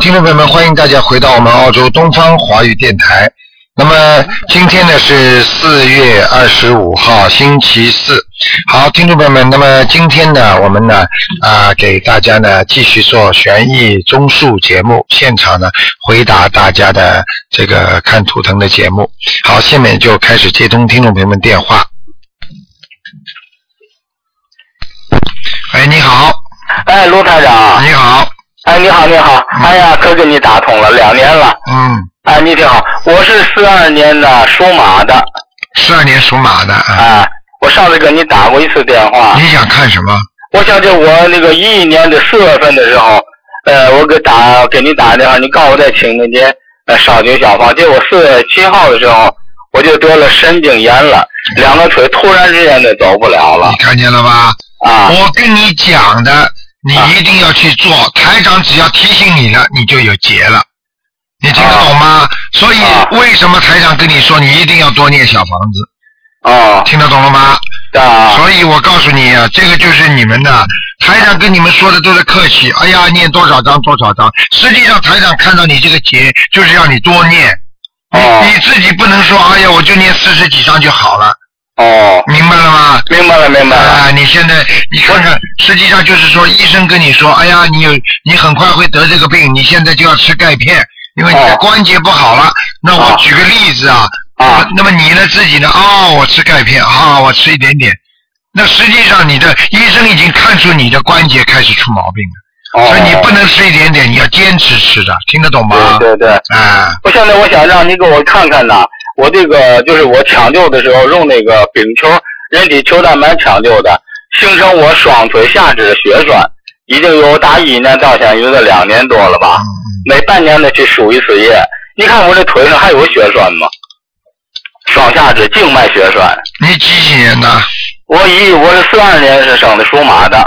听众朋友们，欢迎大家回到我们澳洲东方华语电台。那么今天呢是四月二十五号，星期四。好，听众朋友们，那么今天呢，我们呢啊、给大家呢继续做悬疑综述节目，现场呢回答大家的这个看图腾的节目。好，下面就开始接通听众朋友们电话。喂，你好，哎，卢台长，你好，哎，你好，你好，哎呀，可给你打通了，两年了，嗯，哎，你挺好，我是四二年的属马的，十二年属马的啊，啊，我上次给你打过一次电话，你想看什么？我想起我那个一一年的四月份的时候，呃，我给打给你打电话，你告诉我在请那间呃烧酒小房，结果四月七号的时候，我就得了神经炎了，两个腿突然之间就走不了了你，看见了吧？啊，我跟你讲的，你啊一定要去做。台长只要提醒你了，你就有结了。你听得懂吗？所以啊为什么台长跟你说你一定要多念小房子？哦，听得懂了吗？啊，所以我告诉你啊，这个就是你们的。台长跟你们说的都是客气，哎呀，念多少章多少章。实际上台长看到你这个结，就是让你多念。你哦你自己不能说，哎呀，我就念四十几章就好了，哦，明白了吗？明白了，明白了，啊，你现在你看看，实际上就是说，医生跟你说，哎呀，你有你很快会得这个病，你现在就要吃钙片，因为你的哦关节不好了。那我啊举个例子啊，啊那么你呢自己呢？哦，我吃钙片，啊、我吃一点点。那实际上你的医生已经看出你的关节开始出毛病了，哦，所以你不能吃一点点，你要坚持吃的，听得懂吗？对对对。啊，我现在我想让你给我看看呐，我这个就是我抢救的时候用那个丙球人体球蛋白抢救的，形成我双腿下肢的血栓，已经有打一年到现在有的两年多了吧嗯，嗯每半年的去输一次液。你看我这腿上还有血栓吗？双下肢静脉血栓。你几几年的？我一我是四二年是生的属马的，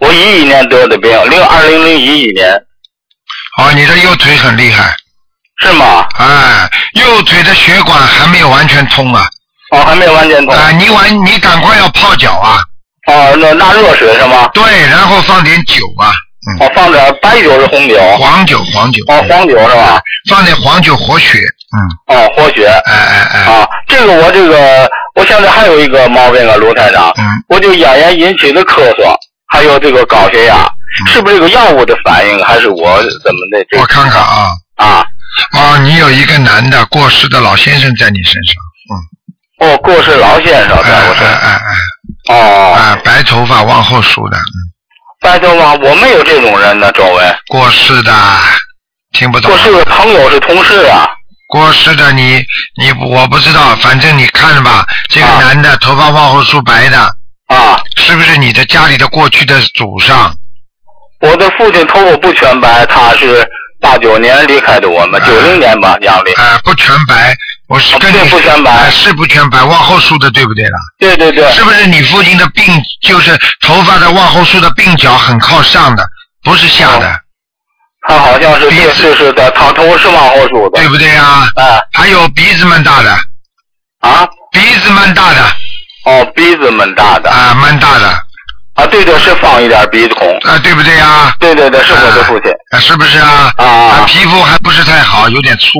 我一一年得的病，零二零零一一年哦，你的右腿很厉害，是吗？哎，右腿的血管还没有完全通啊。哦，还没有完全通。啊、你晚你赶快要泡脚啊，哦，那那热水是吗？对，然后放点酒啊，嗯，哦，放点白酒是红酒，哦，黄酒黄酒，黄酒是吧？放点黄酒活血，嗯，哦，活血哎哎哎，啊。这个我这个，我现在还有一个毛病啊，卢台长，嗯，我就咽炎引起的咳嗽，还有这个高血压，是不是这个药物的反应，还是我怎么的这我看看啊，啊？哦，你有一个男的过世的老先生在你身上，哦，过世老先生哎在我哎身哎哎，哦，哎，白头发往后梳的，嗯，拜托吧，我没有这种人呢，周围。过世的，听不懂过啊，世的朋友是同事啊，过世的你你我不知道，反正你看吧，这个啊男的头发往后梳白的，啊，是不是你的家里的过去的祖上？我的父亲头部不全白，他是八九年离开的我们，九零年吧，阳历。啊，不全白，我是啊跟你对不全白啊是不全白，往后梳的对不对了？对对对，是不是你父亲的鬓就是头发的往后梳的鬓角很靠上的，不是下的，他好像是鼻对子是是的，他头是往后梳的对。不对啊？哎还有鼻子蛮大的，啊，鼻子蛮大的哦，鼻子蛮大的啊，蛮大的啊，对对是放一点鼻子孔。啊，对不对啊？对对对，是我的父亲啊，是不是啊？啊啊，啊，皮肤还不是太好，有点粗，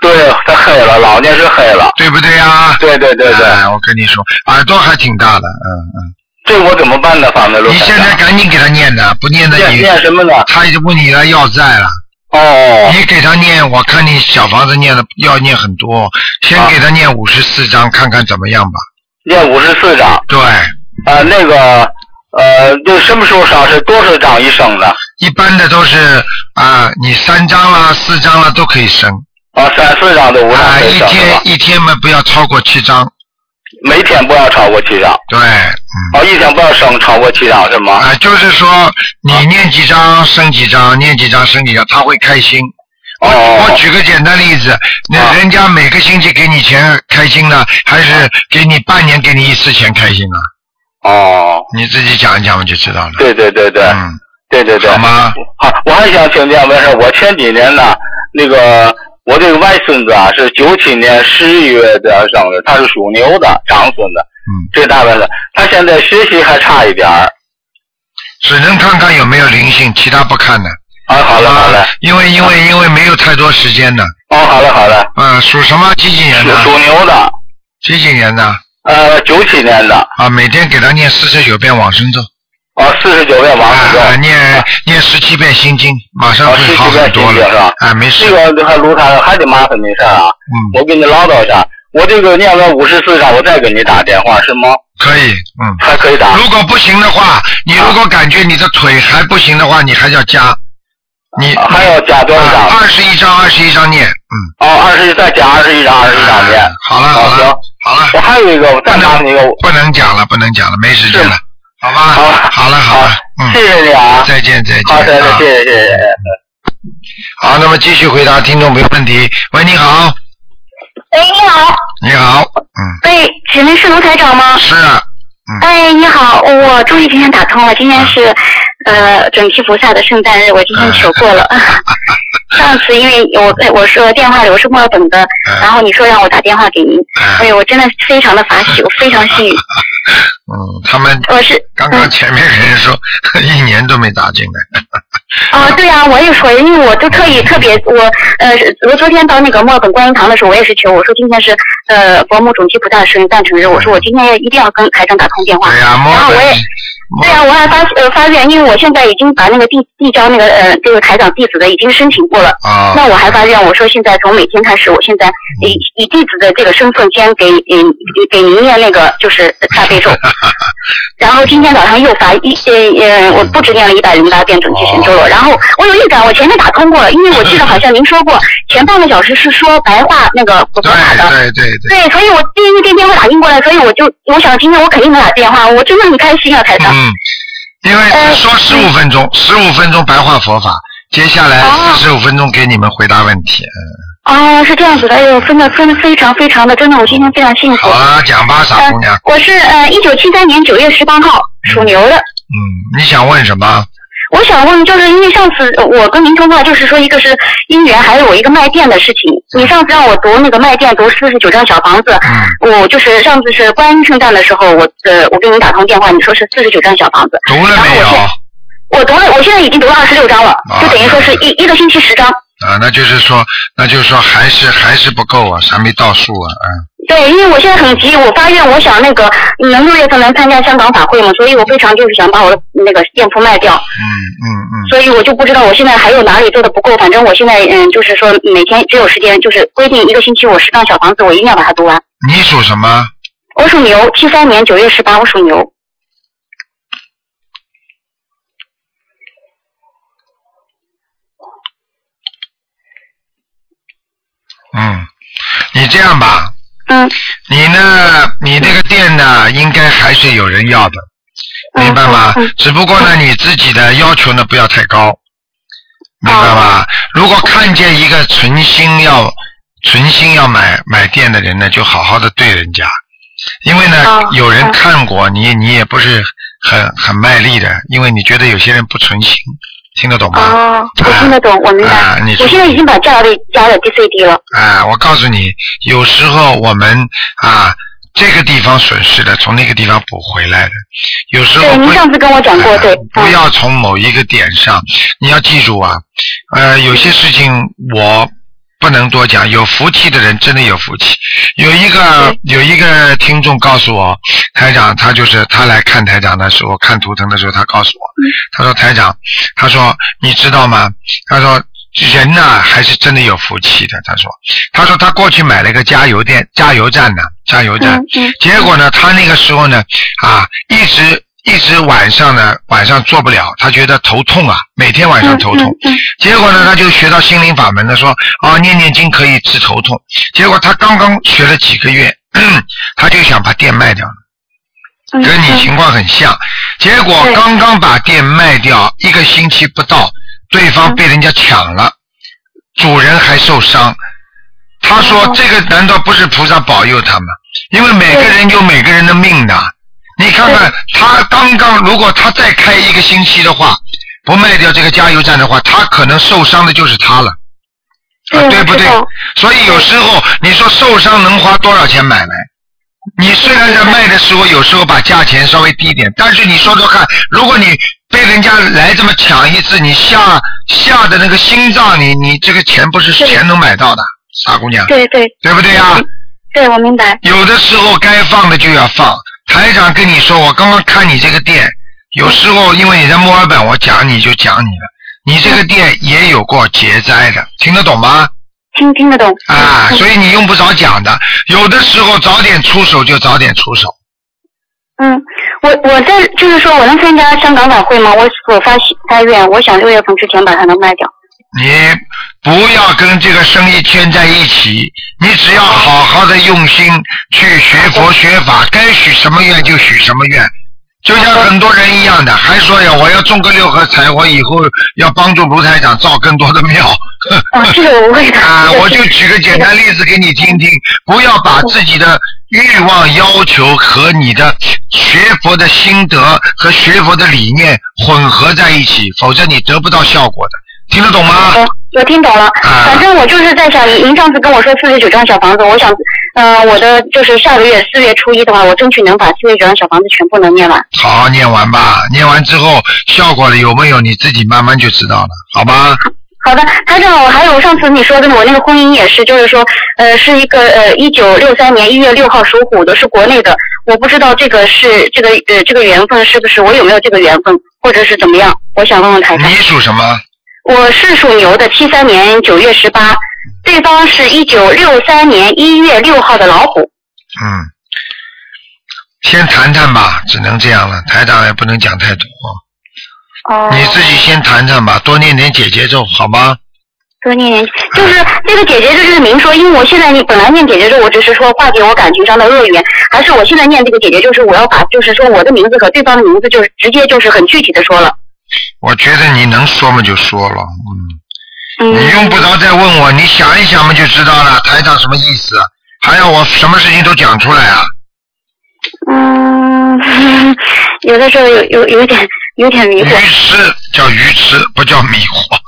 对他黑了，老年是黑了。对不对啊？对对对对，啊我跟你说，耳朵还挺大的，嗯嗯。这我怎么办呢？方面路你现在赶紧给他念的，不念的念你念什么呢？他就问你来要债了。哦你给他念，我看你小房子念的要念很多，先啊给他念五十四章，看看怎么样吧。念五十四章对，啊，那个呃，这什么时候上是多少章一升呢？一般的都是啊，你三章啦、四章啦都可以升啊，三四章的五啊，章一一升是吧天？一天嘛不要超过七章。每天不要超过七章，对，嗯，哦，一天不要升超过七章是吗？啊，就是说你念几章升几章，念几章升几章，他会开心。我哦啊我举个简单例子，那啊人家每个星期给你钱开心呢，还是给你半年给你一次钱开心啊？哦，你自己讲一讲，我就知道了。对对对对，嗯。对对嗯对。好吗？好，我还想请教问事，我前几年呢，那个我这个外孙子啊是九七年十一月的生日，他是属牛的，长孙子，嗯，这大孙子，他现在学习还差一点儿只能看看有没有灵性，其他不看的。啊，好了好了，因为因为因为没有太多时间呢。哦，好了好了，啊，属什么？几几年属的？属牛的，几几年的？呃，九几年的，啊，每天给他念四十九遍往生咒，哦，四十九位王哦师啊，傅，念念十七遍心经，马上啊会好17遍很多心经是了吧。啊，没这事，个还卢台还得麻烦没事儿啊，嗯，我给你唠叨一下，我这个念完五十四章，我再给你打电话是吗？可以，嗯。还可以打。如果不行的话，你如果感觉你的腿还不行的话，你还要加，你啊啊还要加多少张？二十一张，二十一张念，嗯，啊哦，二十再加二十一张，二十一张念。好了好好了行好我了，还有一个，我再拿你一个。不能讲了不能讲了，没时间了，好吧？好了好了好了，嗯，谢谢你啊。再见再好的，见啊谢！谢谢谢。好，那么继续回答听众朋友问题。喂，你好，喂，哎你好，你好，嗯，喂，请问是卢台长吗？是啊，哎，你好，我终于今天打通了。今天是呃准提菩萨的圣诞日，我今天求过了。 上次因为我哎我说电话里我是墨尔本的，嗯然后你说让我打电话给您，啊哎呦，我真的非常的法喜，我非常幸运。嗯，他们我是刚刚前面人说 一年都没打进来，啊，对啊，我也说，因为我都特意特别，我呃，我昨天到那个墨尔本观音堂的时候，我也是求，我说今天是呃伯母准提菩萨的圣诞成日，我说我今天要一定要跟台长打通电话。对呀，墨然尔后我也本，对嗯啊，我还发呃发愿，因为我现在已经把那个递递交那个呃这个台长弟子的已经申请过了。啊，嗯那我还发愿，我说现在从每天开始，我现在以以弟子的这个身份先给嗯给您念那个就是大悲 咒，然后今天早上又发一呃呃，我不止念了一百零八遍准提神咒哦了。然后我有预感，我前面打通过了，因为我记得好像您说嗯过前半个小时是说白话那个普通话的，对对对对。对，所以我第一个电话打进过来，所以我就我想今天我肯定能打电话，我真的很开心啊，台长。嗯，因为只说呃十嗯五分钟，十五分钟白话佛法，接下来哦四十五分钟给你们回答问题。哦，是这样子的，哎呦，真的真的非常非常的，真的我今天非常幸好啊福。了，讲吧，傻姑娘。我是呃一九七三年九月十八号属牛的，嗯，你想问什么？我想问，就是因为上次呃我跟您通话，就是说一个是姻缘，还有我一个卖店的事情。你上次让我读那个卖店读四十九张小房子，嗯，我就是上次是观音圣诞的时候，我呃我给您打通电话，你说是四十九张小房子，读了没有？然后啊，我读了，我现在已经读了二十六张了，就等于说是一一个星期十张。啊那就是说，那就是说还是还是不够啊，还没到数啊，对，因为我现在很急，我发愿我想那个能六月份能参加香港法会嘛，所以我非常就是想把我的那个店铺卖掉，嗯嗯嗯所以我就不知道我现在还有哪里做的不够，反正我现在嗯就是说每天只有时间，就是规定一个星期我十张小房子，我一定要把它读完。嗯，你属什么？我属牛，七三年九月十八，我属牛。嗯，你这样吧，嗯，你呢，你那个店呢，应该还是有人要的，嗯明白吗嗯嗯？只不过呢，你自己的要求呢不要太高，明白哦吗？如果看见一个存心要存心要买买店的人呢，就好好的对人家，因为呢哦，有人嗯看过你，你也不是很很卖力的，因为你觉得有些人不存心，听得懂吗？哦，我听得懂，我明白。啊你说我现在已经把价位加了 DCD 了。啊，我告诉你，有时候我们啊，这个地方损失的，从那个地方补回来的，有时候对，您不。上次跟我讲过，啊对。 不嗯要从某一个点上，你要记住啊，呃，有些事情我不能多讲，有福气的人真的有福气。有一个嗯有一个听众告诉我，台长他就是他来看台长的时候，看图腾的时候，他告诉我，嗯他说台长，他说你知道吗？他说。人呐、还是真的有福气的。他说，他说他过去买了个加油店、加油站呢、加油站，嗯嗯结果呢，他那个时候呢，啊，一直一直晚上呢，晚上做不了，他觉得头痛啊，每天晚上头痛。嗯嗯嗯结果呢，他就学到心灵法门了，说啊，念念经可以治头痛。结果他刚刚学了几个月， 他就想把店卖掉了。嗯跟你嗯情况很像。结果对刚刚把店卖掉，一个星期不到，对嗯方被人家抢了，主人还受伤。他说：“哦这个难道不是菩萨保佑他吗？因为每个对人有每个人的命的。你看看他刚刚，如果他再开一个星期的话，不卖掉这个加油站的话，他可能受伤的就是他了，啊嗯对对不我知对道？所以有时候你说受伤能花多少钱买来？你虽然在卖的时候有时候把价钱稍微低一点，但是你说说看，如果你被人家来这么抢一次，你吓吓的那个心脏，你你这个钱不是是钱能买到的，傻姑娘，对对对不对呀、嗯对，我明白。有的时候该放的就要放。台长跟你说，我刚刚看你这个店，有时候因为你在墨尔本，我讲你就讲你了。你这个店也有过劫灾的，听得懂吗？听听得懂啊，嗯所以你用不着讲的。有的时候早点出手就早点出手。嗯，我我在就是说我能参加香港晚会吗？我我发发愿，我想六月份之前把它能卖掉。你不要跟这个生意牵在一起，你只要好好的用心去学佛学法，该许什么愿就许什么愿。就像很多人一样的，还说呀，我要中个六合彩，我以后要帮助卢台长造更多的庙。啊，这个我会的。啊， 这个我就举个简单例子给你听听，不要把自己的欲望、要求和你的学佛的心得和学佛的理念混合在一起，否则你得不到效果的。听得懂吗？我我听懂了，啊反正我就是在想，您上次跟我说四十九张小房子，我想，呃，我的就是下个月四月初一的话，我争取能把四十九张小房子全部能念完。好好念完吧，念完之后效果有没有你自己慢慢就知道了，好吧？好的，台长，我还有上次你说的我那个婚姻也是，就是说，呃，是一个呃一九六三年一月六号属虎的，是国内的，我不知道这个是这个呃这个缘分是不是我有没有这个缘分，或者是怎么样？我想问问台长你，属什么？我是属牛的，七三年九月十八，对方是一九六三年一月六号的老虎。嗯，先谈谈吧，只能这样了，台长也不能讲太多，哦，你自己先谈谈吧，多念点姐姐咒，好吗？多念念，就是这个姐姐，这就是明说，因为我现在你本来念姐姐咒，我只是说化解我感情上的恶缘，还是我现在念这个姐姐，就是我要把，就是说我的名字和对方的名字，就是直接就是很具体的说了。我觉得你能说嘛就说了，嗯，嗯，你用不着再问我，你想一想嘛就知道了，台长什么意思？啊还要我什么事情都讲出来啊？嗯，有的时候有有有点有点迷愚惑，痴叫愚痴，不叫迷惑。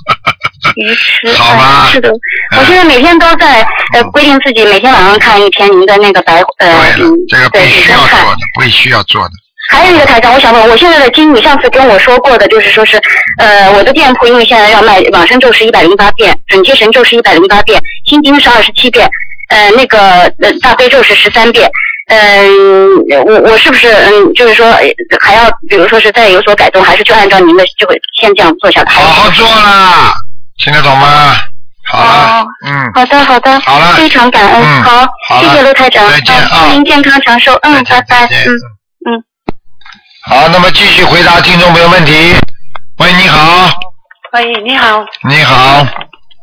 愚痴。嗯好吧哎是的，嗯我现在每天都在呃规定自己每天晚上看一篇您的那个白对呃了嗯，这个对必每须天要看做。的，必须要做的。还有一个台长，我想问，我现在的经，你上次跟我说过的，就是说是，呃，我的店铺因为现在要卖往生咒是一百零八遍，准提神咒是一百零八遍，心经是二十七遍，呃，那个呃大悲咒是十三遍，嗯、我我是不是嗯，就是说呃还要比如说是再有所改动，还是就按照您的就会先这样做下来？好好做啦，听得懂吗？好了，哦嗯，好的，好的，好了非常感恩，嗯好，好谢了谢卢台长，再见啊嗯祝您健康长寿，嗯再，见拜拜，再见嗯。好，那么继续回答听众朋友问题。喂，你好，喂，你好，你好，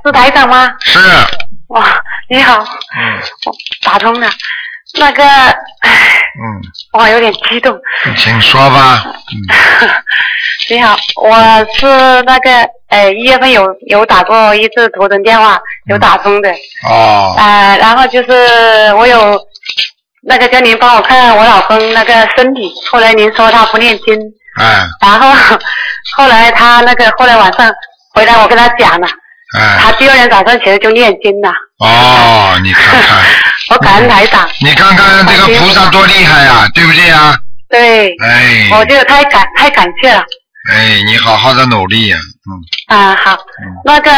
是台长吗？是，哇，你好，嗯打通了。那个，唉嗯，我有点激动。请说吧，嗯你好，我是那个，呃，一月份有有打过一次头疼电话，有打通的。哦，呃，然后就是我有那个叫您帮我看看我老公那个身体，后来您说他不念经，哎然后 后来他那个后来晚上回来我跟他讲了，哎，他第二天早上起来就念经了。 哦，你看看，我感恩台长，你看看这个菩萨多厉害啊，对不对啊？对。哎，我就太感太感谢了哎，你好好的努力呀、嗯，啊！好，那个，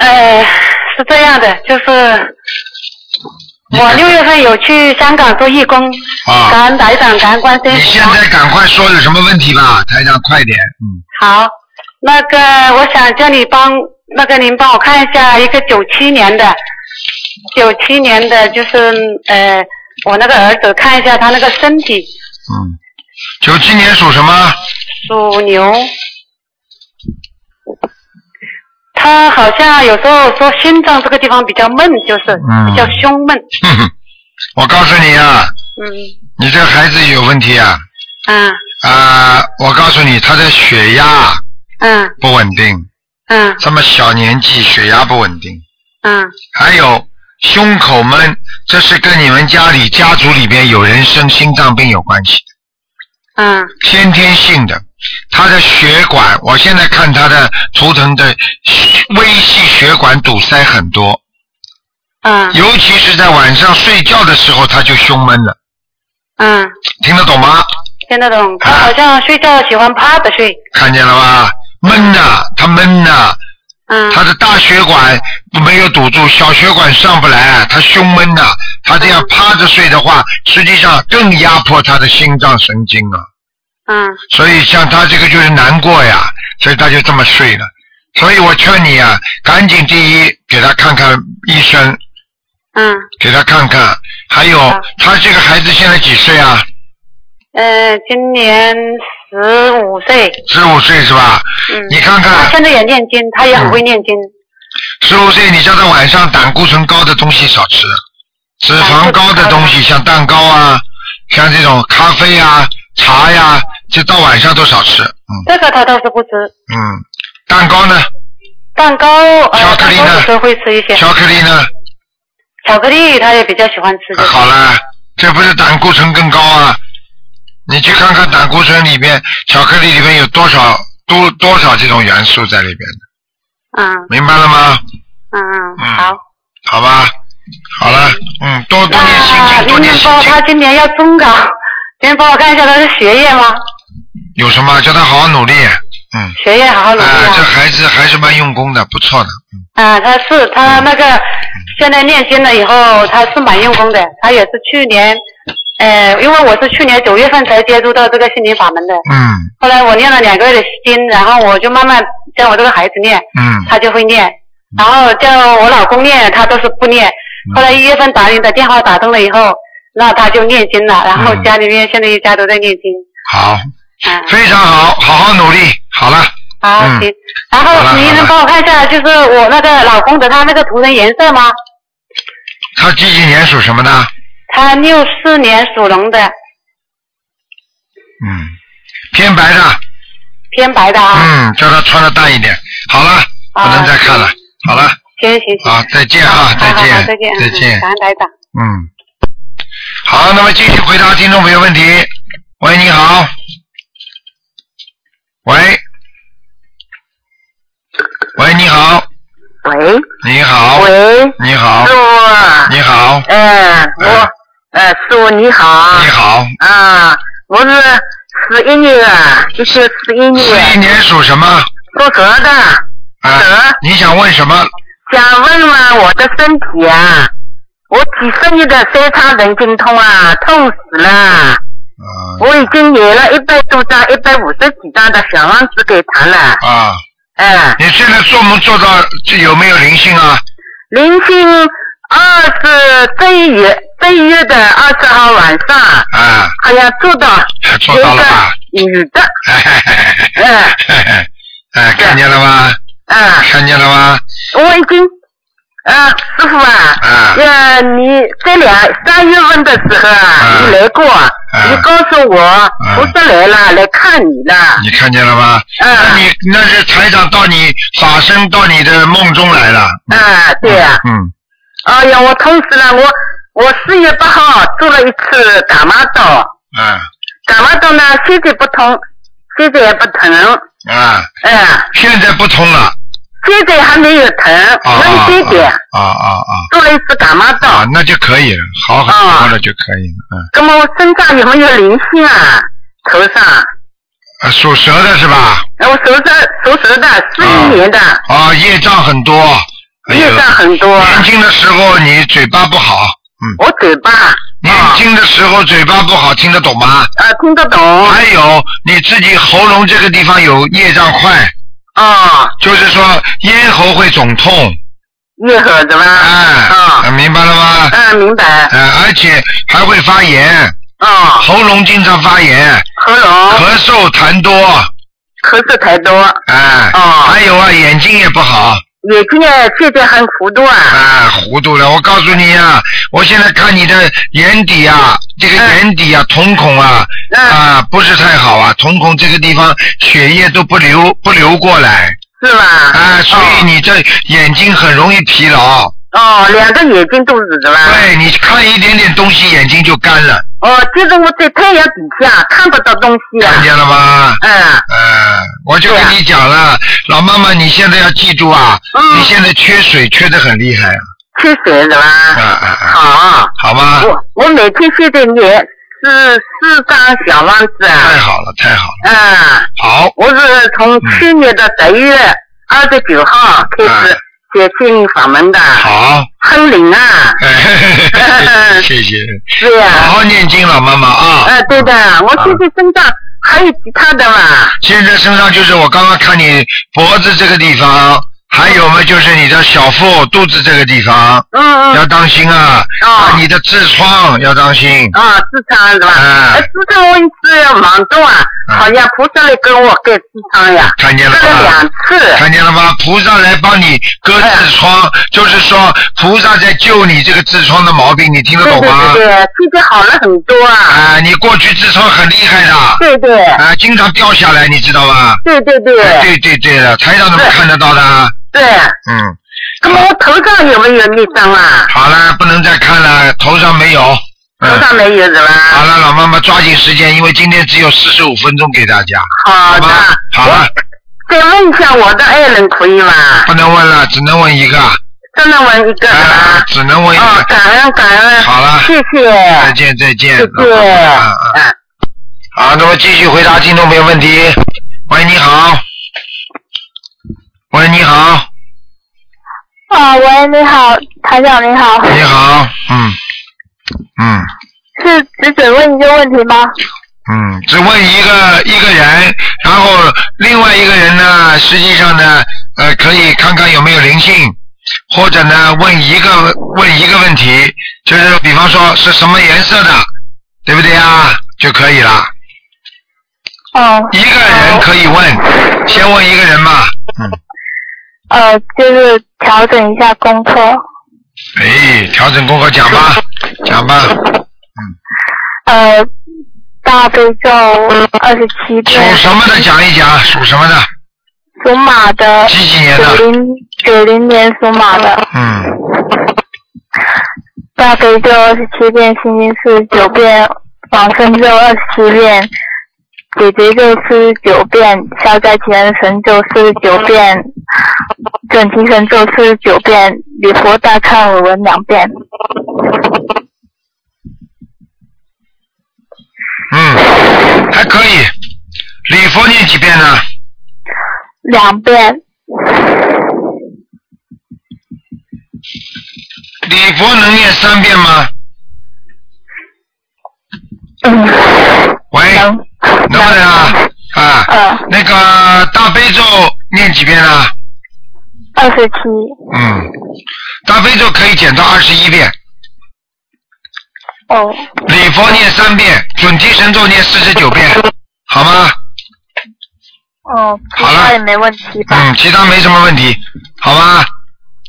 呃，是这样的，就是我六月份有去香港做义工，啊感恩台长，感恩关心。你现在赶快说有什么问题吧，台长快点，嗯，好，那个我想叫你帮那个您帮我看一下一个九七年的，九七年的就是呃我那个儿子看一下他那个身体嗯，九七年属什么？ 属牛，他好像有时候说心脏这个地方比较闷，就是嗯比较胸闷。哼哼，我告诉你啊，嗯你这孩子有问题啊！嗯啊、我告诉你，他的血压嗯不稳定，嗯这么小年纪血压不稳定，嗯还有胸口闷，这是跟你们家里家族里边有人生心脏病有关系，嗯先天性的。他的血管，我现在看他的图腾的微细血管堵塞很多，嗯尤其是在晚上睡觉的时候，他就胸闷了，嗯听得懂吗？就那种他啊好像睡觉喜欢趴着睡，看见了吧？闷呐，他闷呐，嗯，他的大血管没有堵住，小血管上不来，啊他胸闷呐。他这样趴着睡的话，实际上更压迫他的心脏神经啊。嗯所以像他这个就是难过呀，所以他就这么睡了。所以我劝你啊，赶紧第一给他看看医生，嗯，给他看看。还有好，他这个孩子现在几岁啊？呃，今年十五岁，十五岁是吧？嗯，你看他看，现在也念经，他也很会念经，十五岁你叫他晚上胆固醇高的东西少吃，脂肪高的东西像蛋糕啊，像这种咖啡啊、茶呀、就到晚上都少吃。嗯这个他倒是不吃，嗯，蛋糕呢？蛋糕巧克呃，蛋力呢糕有时候会吃一些，巧克力呢？巧克力他也比较喜欢吃，啊好了，这不是胆固醇更高啊？你去看看胆固醇里边，巧克力里边有多少多多少这种元素在里边的，嗯明白了吗？嗯嗯，嗯好。好吧，好了，嗯，多多念心那经，多林念林心帮经他，今年要中考，您帮我看一下他的学业吗？有什么叫他好好努力，嗯，学业好好努力哎，这啊！孩子还是蛮用功的，不错的，嗯啊，他是他那个现在念经了以后，他是蛮用功的。他也是去年，呃，因为我是去年九月份才接触到这个心灵法门的，嗯后来我念了两个月的经，然后我就慢慢教我这个孩子念，嗯，他就会念。然后叫我老公念，他都是不念。嗯后来一月份打你的电话打通了以后，那他就念经了。然后嗯家里面现在一家都在念经。好，啊。非常好，好好努力，好了，好，嗯行。然好了后你好能了帮我看一下，就是我那个老公的他那个图腾颜色吗？他几几年属什么的？他六四年属龙的，嗯，偏白的，啊偏白的啊。嗯，叫他穿的淡一点。好了，不能再看了。好了，行行行。好，再见啊，啊好好好见，再见，再嗯见感，恩台长。嗯。好，那么继续回答听众朋友问题。喂，你好。喂。喂，你好，喂你好，喂，师你好，傅啊，你好，哎，我呃，师傅你好啊你，好。啊，我是十一年啊，一九十一四一年年属什么？属蛇的，啊，蛇你想问什么？想问问我的身体啊，我几十年的三叉神经痛啊，痛死了，嗯我已经念了一百多张，一百五十几张的小王子给他了，啊，哎，你现在做梦做到这有没有灵性啊？临近二十这一月这一月的二十号晚上，啊，好像做到。做到了吧？有一个女的，哎，哎、看见了吗？啊，看见了吗？我已经，啊，师傅啊，啊呃，你在两三月份的时候啊，你来过，你告诉我，啊菩萨来了，来看你了，你看见了吗？那啊，你那是台长到你法身到你的梦中来了。啊，对啊，嗯，哎呀，我痛死了，我我四月八号做了一次感冒刀，啊感冒刀呢现在不痛，现在也不疼，啊，哎、现在不通了。现在还没有疼，啊啊那一点点，啊啊做了一次感冒啊刀啊，。那就可以了，好很多了就可以了。嗯，那么我身上有没有灵性啊？头上，啊属蛇的是吧？那我手上手手的四一年的，啊，业障很多。哎呦业障很多啊。年轻的时候你嘴巴不好，嗯，我嘴巴啊年轻的时候嘴巴不好，听得懂吗？啊听得懂还有你自己喉咙这个地方有业障块，啊，就是说咽喉会肿痛，夜猴子吧？哎，啊，明白了吗？嗯，明白。呃，而且还会发炎，啊，喉咙经常发炎，喉咙咳嗽痰多，咳嗽太多，哎，哦还有啊，眼睛也不好，眼睛啊现在很糊涂啊。啊，糊涂了。我告诉你啊，我现在看你的眼底啊，这个眼底啊，瞳孔啊，嗯，啊，不是太好啊，瞳孔这个地方血液都不流不流过来，是吧？啊，所以你这眼睛很容易疲劳。哦，两个眼睛都是的吧？对你看一点点东西，眼睛就干了，哦，就是我在太阳底下看不到东西看啊。见了吗？嗯，呃，我就跟你讲了，老妈妈，你现在要记住啊，啊嗯你现在缺水缺的很厉害啊，缺水是吧？啊啊啊，好。好吧，我我每天现在念四四张小房子太啊，好了，太好了，啊，好，我是从去年的十月二十九号开始写信访问的，哎好，很灵啊，哎 谢谢，是好呀，好念经了，妈妈啊。啊，对的，我现在身上还有其他的嘛，现在身上就是我刚刚看你脖子这个地方，还有嘛就是你的小腹、肚子这个地方，嗯要嗯，当心啊！哦啊，你的痔疮要当心。啊，痔疮是吧？哎哎，痔疮我一直忙着啊，嗯好像菩萨来跟我给痔疮呀，看见割了了两吧？次，看见了吗？菩萨来帮你割痔疮，就是说菩萨在救你这个痔疮的毛病，你听得对懂对吗对？对，现在好了很多啊，啊，你过去痔疮很厉害的，对对啊，经常掉下来，你知道吗？对对对哎对对对的，台上怎么看得到的？对，嗯，那么我头上有没有逆伤啊？好了，不能再看了，头上没有。头嗯，上没有是好吧？了，老妈妈抓紧时间，因为今天只有四十五分钟给大家，好好的吗，？好了，再问一下我的爱人可以吗？不能问了，只能问一个，真的问一个是啊吧，？只能问一哦，个。感恩感恩，好了，谢谢，再见再见，谢老妈妈谢，啊啊嗯。好，那么继续回答听众朋友问题。喂，你好。喂，你好，啊，喂，你好，台长你好，你好，嗯，嗯是只准问一个问题吗？嗯，只问一个一个人，然后另外一个人呢，实际上呢，呃，可以看看有没有灵性，或者呢，问一个问一个问题，就是比方说是什么颜色的，对不对啊？就可以了。哦，一个人可以问，先问一个人嘛。嗯。呃，就是调整一下功课。哎，调整功课讲吧，讲吧，呃，大悲咒二十七属遍，什么的讲一讲，属什么的，属马的，几几年九的？零九零年属马的，嗯，大悲咒二十七遍，心经四十九遍，往生咒二十七遍，解结咒四十九遍，消灾吉祥神咒四十九遍，准提神咒四十九遍，礼佛大忏悔文两遍。嗯，还可以。礼佛念几遍呢？两遍，礼佛能念三遍吗？嗯，喂，能，能不能啊？啊，呃，那个大悲咒念几遍啊？二十七，嗯，大悲咒可以减到二十一遍，哦，礼佛念三遍，准提神咒念四十九遍，好吗？哦，其好了他也没问题吧？嗯，其他没什么问题，好吧？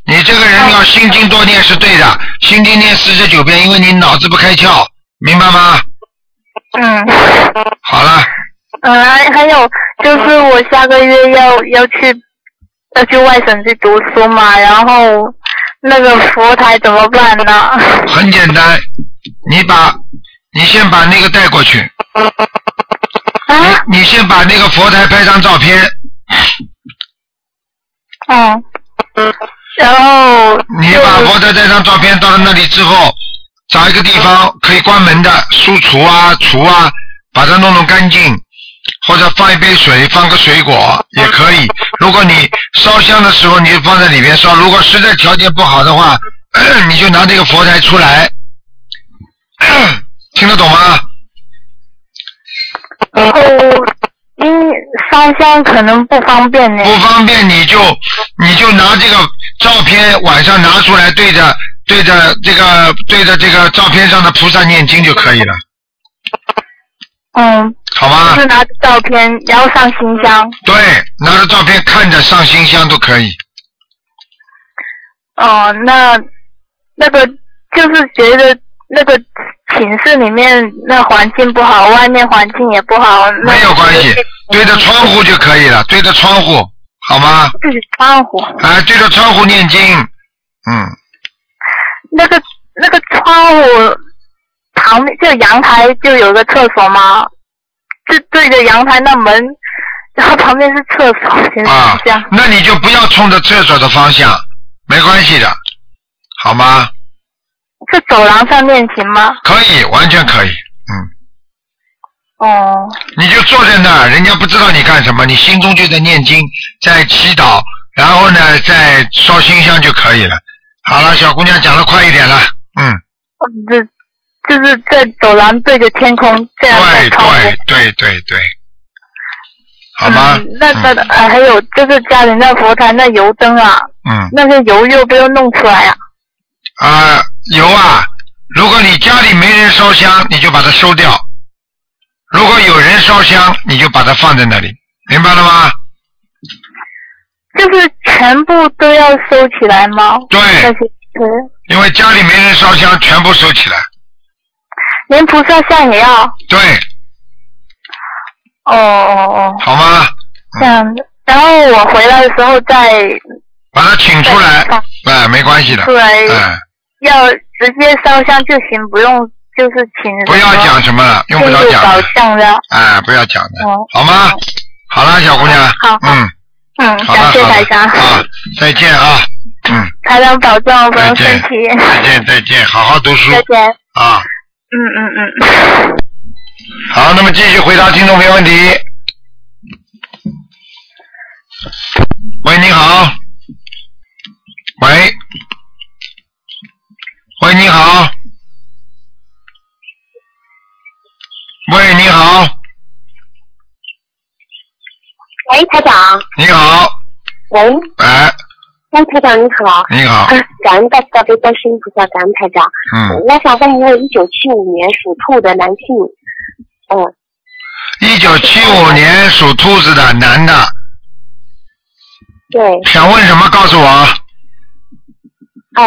你这个人要心经多念是对的，心经念四十九遍，因为你脑子不开窍，明白吗？嗯，好了，嗯，还还有就是我下个月要要去要去外省去读书嘛，然后那个佛台怎么办呢？很简单，你把，你先把那个带过去，啊，你先把那个佛台拍张照片，嗯， 然后你就把佛台这张照片到了那里之后，找一个地方可以关门的书橱啊、橱啊，把它弄弄干净，或者放一杯水，放个水果也可以。如果你烧香的时候，你就放在里面烧；如果实在条件不好的话， 你就拿这个佛台出来。 听得懂吗？然后因烧香可能不方便呢。不方便你就你就拿这个照片晚上拿出来，对着对着这个对着这个照片上的菩萨念经就可以了，嗯，好吗？就拿着照片，然后上新香。对，拿着照片看着上新香都可以。哦，那那个就是觉得那个寝室里面那环境不好，外面环境也不好，那没有关系，对着窗户就可以了，对着窗户，好吗？自己窗户，啊，对着窗户念经，嗯，那个那个窗户旁边就阳台就有个厕所嘛，就对着阳台那门，然后旁边是厕所，其实啊是这样。，那你就不要冲着厕所的方向，没关系的，好吗？是走廊上面行吗？可以，完全可以，嗯，哦，你就坐在那儿，人家不知道你干什么，你心中就在念经，在祈祷，然后呢，再烧熏香就可以了。好了，小姑娘讲的快一点了，嗯，这就是在走廊对啊着天空这样在对窗户。对对对对，好吗？嗯那那呃，还有就是家里那佛台那油灯啊，嗯那些油又不用弄出来啊？啊，油啊，如果你家里没人烧香，你就把它收掉；如果有人烧香，你就把它放在那里，明白了吗？就是全部都要收起来吗？对那些对，因为家里没人烧香，全部收起来。连菩萨像也要。对，哦哦哦，好吗？这嗯样子。然后我回来的时候再把它请出来对，哎，没关系的，出来，哎，要直接烧香就行，不用就是请不要讲什么嗯了，用不着进入讲宝的，相的。哎，不要讲的哦，好吗？好了，小姑娘好好，嗯，嗯，好了，感谢好台长了，，啊，再见啊，嗯，台长保重，我再们身见嗯体，，再见，再见，好好读书再见。啊。嗯嗯嗯。好，那么继续回答听众朋友问题。喂，你好。喂。喂，你好。喂，你好，喂，哎台长，你好，喂，哎，张台长你好，你好，感恩大慈大悲观世音菩萨，感恩台长。嗯，我想问一下，一九七五年属兔的男性，嗯，一九七五年属兔子的男的，对，想问什么告诉我，啊、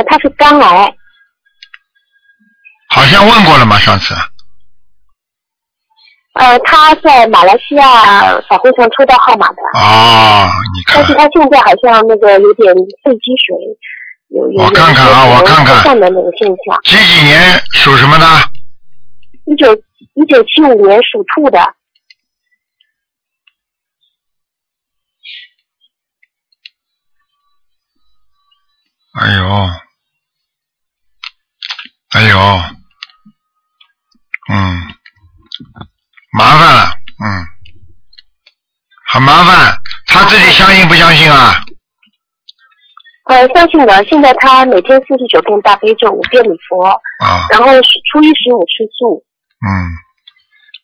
他是肝癌，好像问过了吗？上次，呃，他在马来西亚呃法会上抽到号码的，哦，你看但是，他现在好像那个有点肺积水，有有我看看啊有我看看上的那个现象。几几年属什么的？哎一九一九七五年属兔的，哎呦，哎呦，嗯，麻烦了，嗯，很麻烦。他自己相信不相信啊？呃，相信呢，现在他每天四十九遍大悲咒，五遍礼佛，啊，然后初一十五吃素，嗯，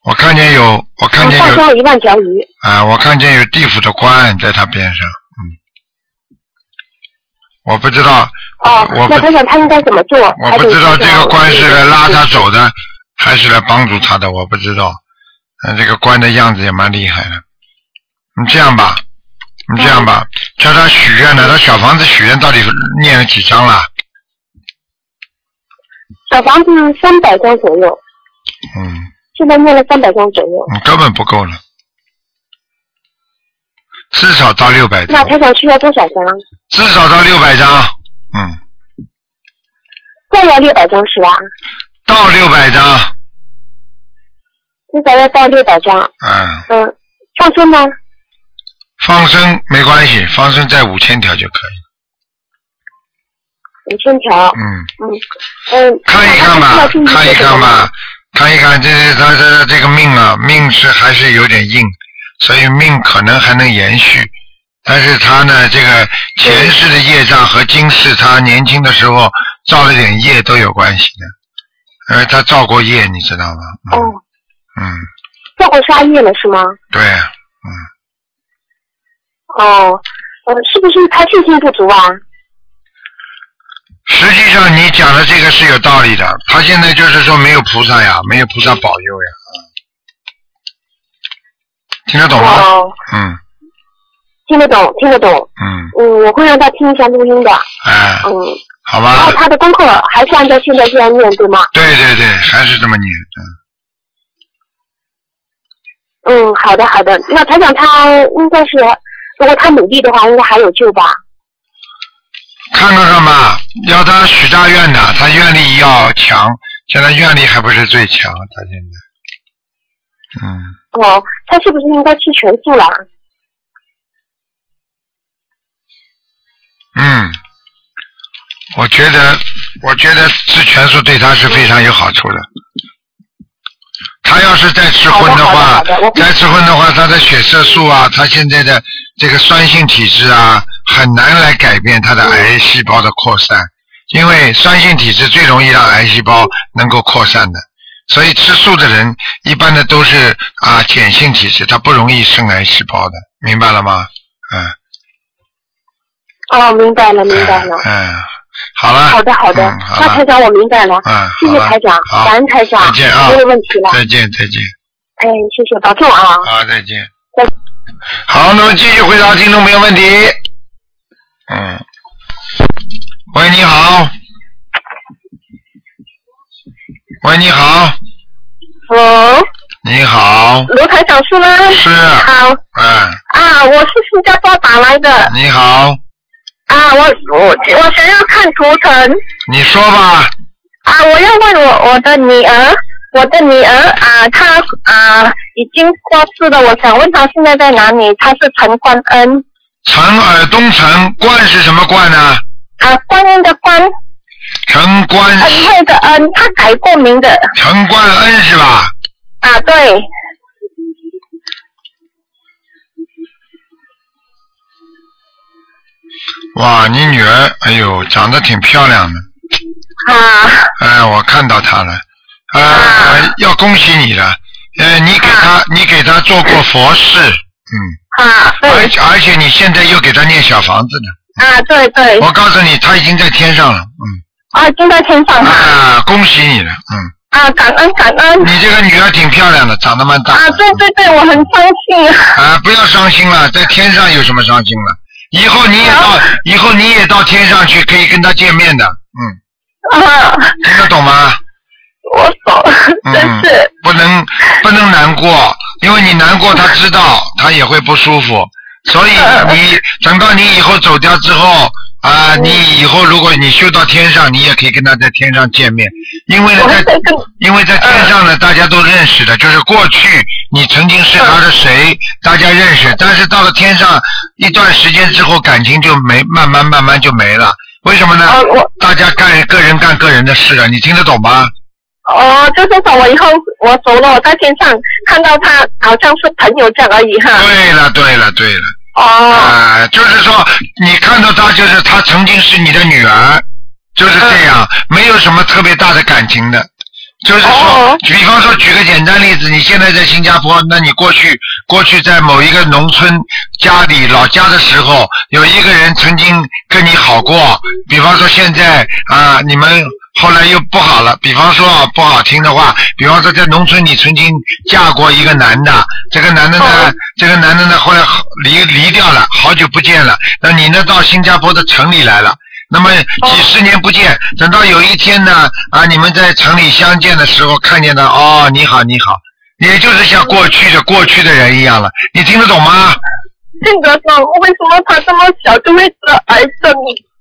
我看见有，我看见放生有了一万条鱼。啊，我看见有地府的官在他边上，嗯，我不知道，哦，我那不台长他应该怎么做？我不知道这个官是来拉他走的，还是来帮助他的，我不知道。嗯，这个官的样子也蛮厉害的。你这样吧，你这样吧，叫他许愿呢，他小房子许愿到底念了几张了？小房子三百张左右，嗯，现在念了三百张左右。你根本不够了，至少到六百那张，台长需要多少张？至少到六百张，嗯，再要六百张是吧？到六百张，至少要到六百张。嗯，嗯，放生呢？放生没关系，放生在五千条就可以，五千条。嗯。嗯，看一看吧，看一看吧。，看一看这他这这个命啊，命是还是有点硬，所以命可能还能延续，但是他呢，这个前世的业障和今世他年轻的时候造了点业都有关系的，因为他造过业，你知道吗？嗯、哦，嗯，这会杀业了是吗？对，啊哦，呃，是不是他信心不足啊？实际上你讲的这个是有道理的，他现在就是说没有菩萨呀，没有菩萨保佑呀，嗯听得懂吗？哦，嗯听得懂，听得懂。嗯，嗯，我会让他听一下录音的。哎，嗯，好然吧后。他的功课还是按照现在这样念，对吗？对对对，还是这么念。嗯嗯，好的好的。那台长他应该是，如果他努力的话，应该还有救吧？看看看吧，要他许大愿的，他愿力要强，现在愿力还不是最强，他现在。嗯，哦，他是不是应该吃全素了？嗯，我觉得，我觉得吃全素对他是非常有好处的。他他要是再吃荤的话好的好的我，会再吃荤的话，他的血色素啊，他现在的这个酸性体质啊，很难来改变他的癌细胞的扩散，因为酸性体质最容易让癌细胞能够扩散的。所以吃素的人一般的都是啊碱性体质，他不容易生癌细胞的，明白了吗？嗯哦，明白了，明白了。嗯，好了。好的，好的。嗯好那台了。长，我明白了。嗯，谢谢好了台长，好感恩台长再见啊，没有问题了。再见，再见。哎，谢谢，保重啊。好，再见再。好，那么继续回答听众朋友问题。嗯，喂，你好。喂，你好，哦，你好，罗台长是吗？是，好嗯，啊，我是新加坡打来的你好，啊，我我我想要看图腾你说吧，啊，我要问我我的女儿，我的女儿啊，她啊已经过世了，我想问她现在在哪里？她是陈冠恩陈耳东陈冠是什么冠呢、啊，观音的观，陈冠，恩惠的恩，她改过名的陈冠恩是吧？啊，对，哇，你女儿，哎呦，长得挺漂亮的。啊哎，我看到他了，呃，要恭喜你了，呃，你给他，你给他做过佛事，嗯，啊，而对且而且你现在又给他念小房子呢，啊，对对，我告诉你，他已经在天上了，嗯，啊，就在天 上哈啊、恭喜你了，嗯，啊，感恩感恩你这个女儿挺漂亮的，长得蛮大啊，的，对对对，我很伤心啊。啊、不要伤心了，在天上有什么伤心了？以后你也到，以后你也到天上去，可以跟他见面的，嗯，啊，听得懂吗？我走了，嗯真是不能不能难过，因为你难过，他知道他也会不舒服，所以你等到你以后走掉之后啊、你以后如果你修到天上，你也可以跟他在天上见面，因为呢我还在在跟因为在天上呢，大家都认识的，就是过去你曾经是他的谁，大家认识，但是到了天上一段时间之后，感情就没慢慢慢慢就没了，为什么呢？嗯哦我大家干个人干个人的事啊，你听得懂吗？哦，就是说我以后我走了，我在天上看到他好像是朋友这样而已嗯哈。对了，对了，对了。哦，啊、就是说你看到她，就是她曾经是你的女儿，就是这样，没有什么特别大的感情的。就是说，哦比方说举个简单例子，你现在在新加坡，那你过去过去在某一个农村家里老家的时候，有一个人曾经跟你好过，比方说现在啊、你们后来又不好了，比方说啊不好听的话，比方说在农村你曾经嫁过一个男的，这个男的呢，哦这个男的呢后来离离掉了，好久不见了，那你呢到新加坡的城里来了。那么几十年不见，等到有一天呢，啊，你们在城里相见的时候，看见他，哦，你好，你好，也就是像过去的过去的人一样了，你听得懂吗？性格上为什么他这么小就会得癌症？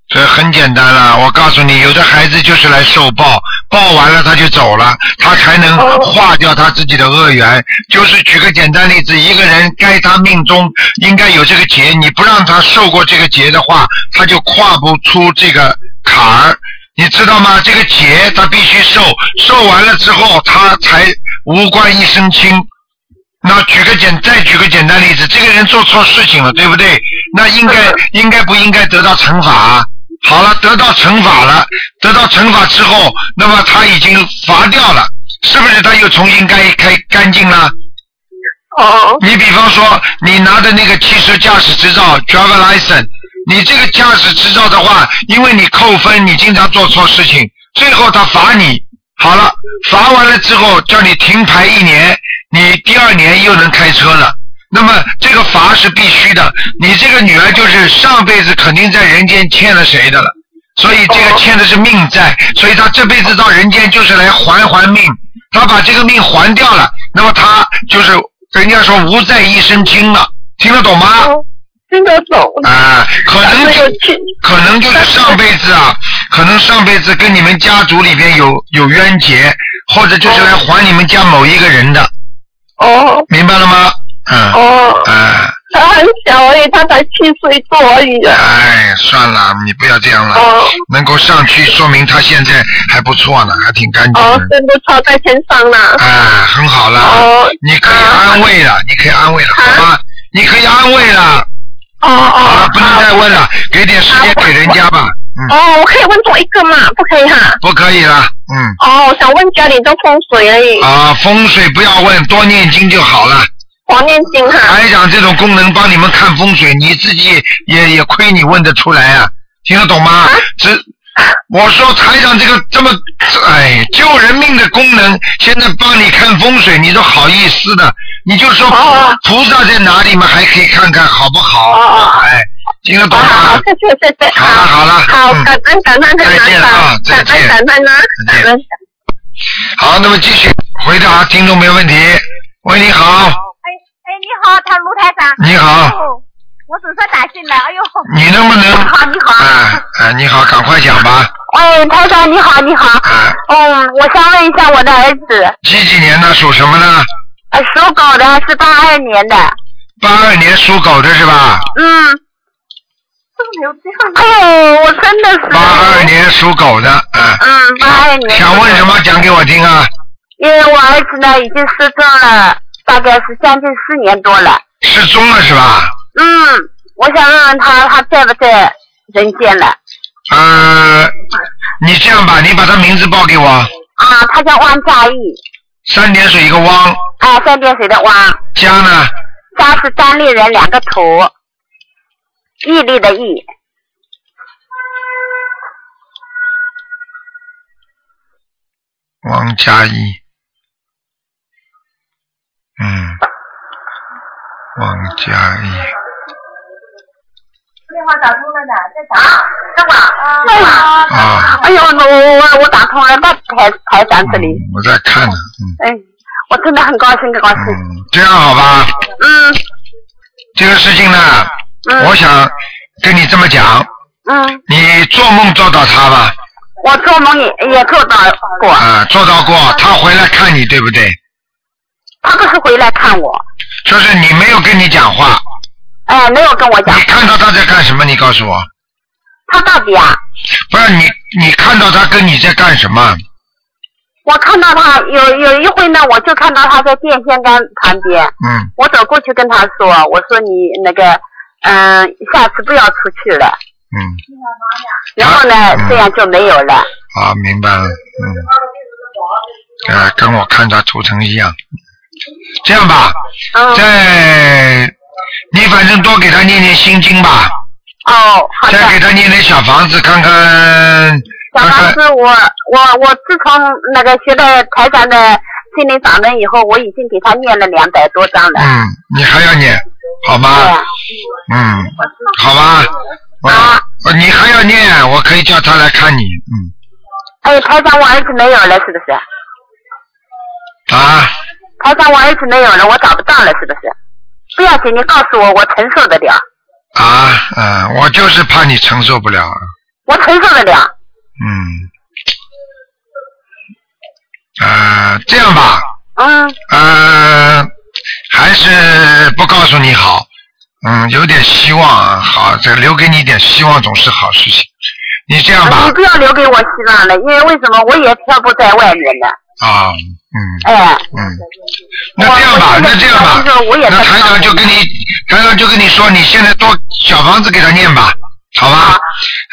这很简单了，我告诉你，有的孩子就是来受报，报完了他就走了，他才能化掉他自己的恶缘。就是举个简单例子，一个人该他命中应该有这个劫，你不让他受过这个劫的话，他就跨不出这个坎儿，你知道吗？这个劫他必须受，受完了之后他才无官一身轻。那举个简，再举个简单例子，这个人做错事情了，对不对？那应该应该不应该得到惩罚啊？好了，得到惩罚了，得到惩罚之后，那么他已经罚掉了，是不是他又重新该开干净了？哦你比方说，你拿的那个汽车驾驶执照 （driver license），你这个驾驶执照的话，因为你扣分，你经常做错事情，最后他罚你。好了，罚完了之后叫你停牌一年，你第二年又能开车了。那么这个罚是必须的，你这个女儿就是上辈子肯定在人间欠了谁的了，所以这个欠的是命债，所以她这辈子到人间就是来还还命，她把这个命还掉了，那么她就是人家说无债一身轻了，听得懂吗？哦，性格走，啊，可能没就有去可能就是上辈子啊，可能上辈子跟你们家族里边有有冤结，或者就是来还你们家某一个人的，哦明白了吗？嗯，哦啊，他很小而已，他才七岁多而已啊。哎，算了，你不要这样了。哦能够上去，说明他现在还不错呢，还挺干净哦的。，真的超在天上啦。嗯啊，很好了。哦啊你可以安慰了，你可以安慰了，好吧？你可以安慰了。哦好了哦，不能再问了，给点时间给人家吧。嗯，哦，我可以问多一个嘛？不可以哈？不可以了。嗯，哦，我想问家里的风水而已，啊，风水不要问，多念经就好了。黄念经哈。台长这种功能帮你们看风水，你自己也也亏你问得出来啊，听得懂吗？这我说台长这个这么这哎救人命的功能，现在帮你看风水，你都好意思的？你就说哦菩萨在哪里嘛，还可以看看好不好？哦哦哎，听得懂好好吗好，？谢谢谢谢，好了好了好嗯，感恩感恩很再见啊难再感见恩感恩啊，再见感恩。好，那么继续回答听众没问题。喂，你好，哎哎，你好，他卢台长。你好，哦，我总算打进来，哎呦，你能不能？好你好哎哎，你好，赶快讲吧。哎，台长你好，你好，啊，嗯，我想问一下我的儿子，几几年的属什么呢？呃，属狗的，是八二年的，八二年属狗的是吧？嗯，哎呦，我真的是，八二年属狗的，啊，嗯，八二年，想问什么讲给我听啊？因为我儿子呢已经失踪了，大概是将近四年多了，失踪了是吧？嗯，我想问问他，他在不在人间了？呃，你这样吧，你把他名字报给我，啊，他叫汪佳义，三点水一个汪，啊，三点水的汪，家呢？家是单立人两个土，毅力的毅，王佳怡，嗯，王佳怡，电话打通了呢，在打。等会儿，啊啊哎呦，我我我打通了，到台台长这嗯里，，我在看呢，嗯哎，我真的很高兴，很高兴。嗯，这样好吧？嗯这个事情呢，我想跟你这么讲，嗯，你做梦做到他吧？我做梦也也做到过，啊，做到过，他回来看你，对不对？他不是回来看我，就是你没有跟你讲话，哎，没有跟我你讲，看到他在干什么？你告诉我，他到底啊？不是你，你看到他跟你在干什么？我看到他有有一回呢，我就看到他在电线杆旁边，嗯，我走过去跟他说，我说你那个，嗯、下次不要出去了。嗯，然后呢嗯，这样就没有了。好，啊明白了，嗯，啊，跟我看他图腾一样。这样吧，嗯，在你反正多给他念念心经吧，哦，好的。再给他念点小房子看看，小看房看子，我我我自从那个学了台长的心灵法门以后，我已经给他念了两百多章了。嗯，你还要念，好吗？对呀、嗯，好吧，我、啊我你还要念，我可以叫他来看你，嗯，哎，台长，我儿子没有了，是不是？啊，台长，我儿子没有了，我找不到了，是不是？不要紧，你告诉我，我承受得了，啊，嗯，我就是怕你承受不了，啊我承受得了。嗯，呃，这样吧，嗯，呃，还是不告诉你好，嗯，有点希望啊，好，这留给你一点希望总是好事情，你这样吧你，不要留给啊我希望了，因为为什么我也漂泊在外面呢？啊，嗯哎，嗯，那这样吧，那这样吧，就是我也那在台长就跟你，台长就跟你说，你现在多小房子给他念吧，好吧？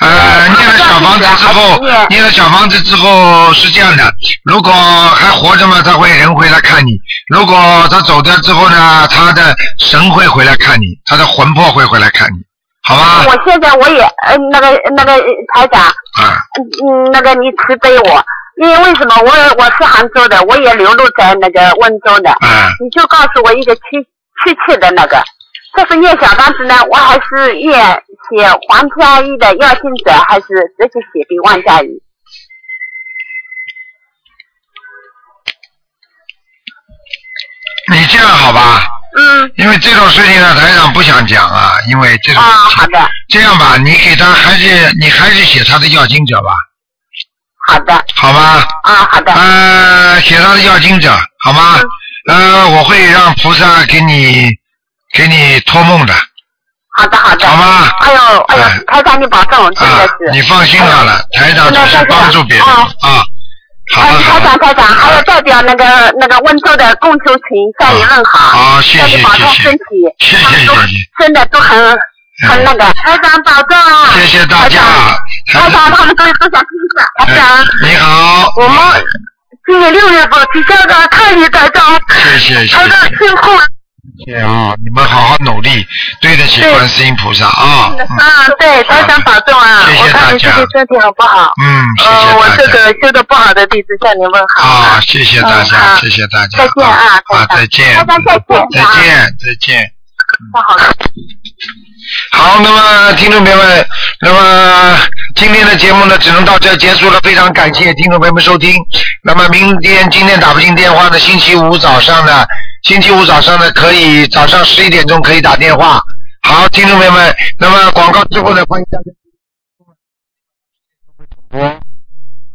呃，念了小房子之后，念了小房子之后是这样的，如果还活着嘛，他会人回来看你；如果他走掉之后呢，他的神会回来看你，他的魂魄会回来看你，好吧？我现在我也呃那个那个呃台长，啊，嗯，那个你慈悲我，因为为什么我我是杭州的，我也流落在那个温州的，啊，你就告诉我一个七七七的那个，这是念小房子呢，我还是念写黄佳怡的要经者，还是直接写给万佳怡？你这样好吧？嗯，因为这种事情呢，台长不想讲啊，因为这种啊，事好情。的，这样吧，你给他还是你还是写他的要经者吧，好的，好吗？啊，嗯好的，呃，写他的要经者，好吗？呃，我会让菩萨给你给你托梦的。好的好的。好吗？哎呦哎哎呦，台长你保重，真的啊是。，你放心好嗯了，台长真只的是帮助别人哎啊。好哎，了好台长了，台长，还有代表那个那个温州的供求群向你问好，好，谢向谢你保重谢身体，谢，谢他谢们谢都谢，真的都很很那个，台长保重啊！谢谢大家。台长他们都都想听的，台长哎，你好，我们今年六月份去香港看你，台长，谢谢谢台长辛苦了。谢啊，你们好好努力，对得起观世音菩萨啊。啊，对，台长保重啊！谢谢我大看你最家近身体好不好？嗯，谢谢呃，我大这家。个修的不好的弟子向您问好。啊，谢谢大嗯家，好谢谢大家。再见啊啊，再台见。台长再见再啊见，再见。不好了。好，那么听众朋友们，那么今天的节目呢，只能到这儿结束了。非常感谢听众朋友们收听。那么明天今天打不进电话呢，星期五早上呢，星期五早上呢可以早上十一点钟可以打电话。好，听众朋友们，那么广告之后呢，欢迎大家。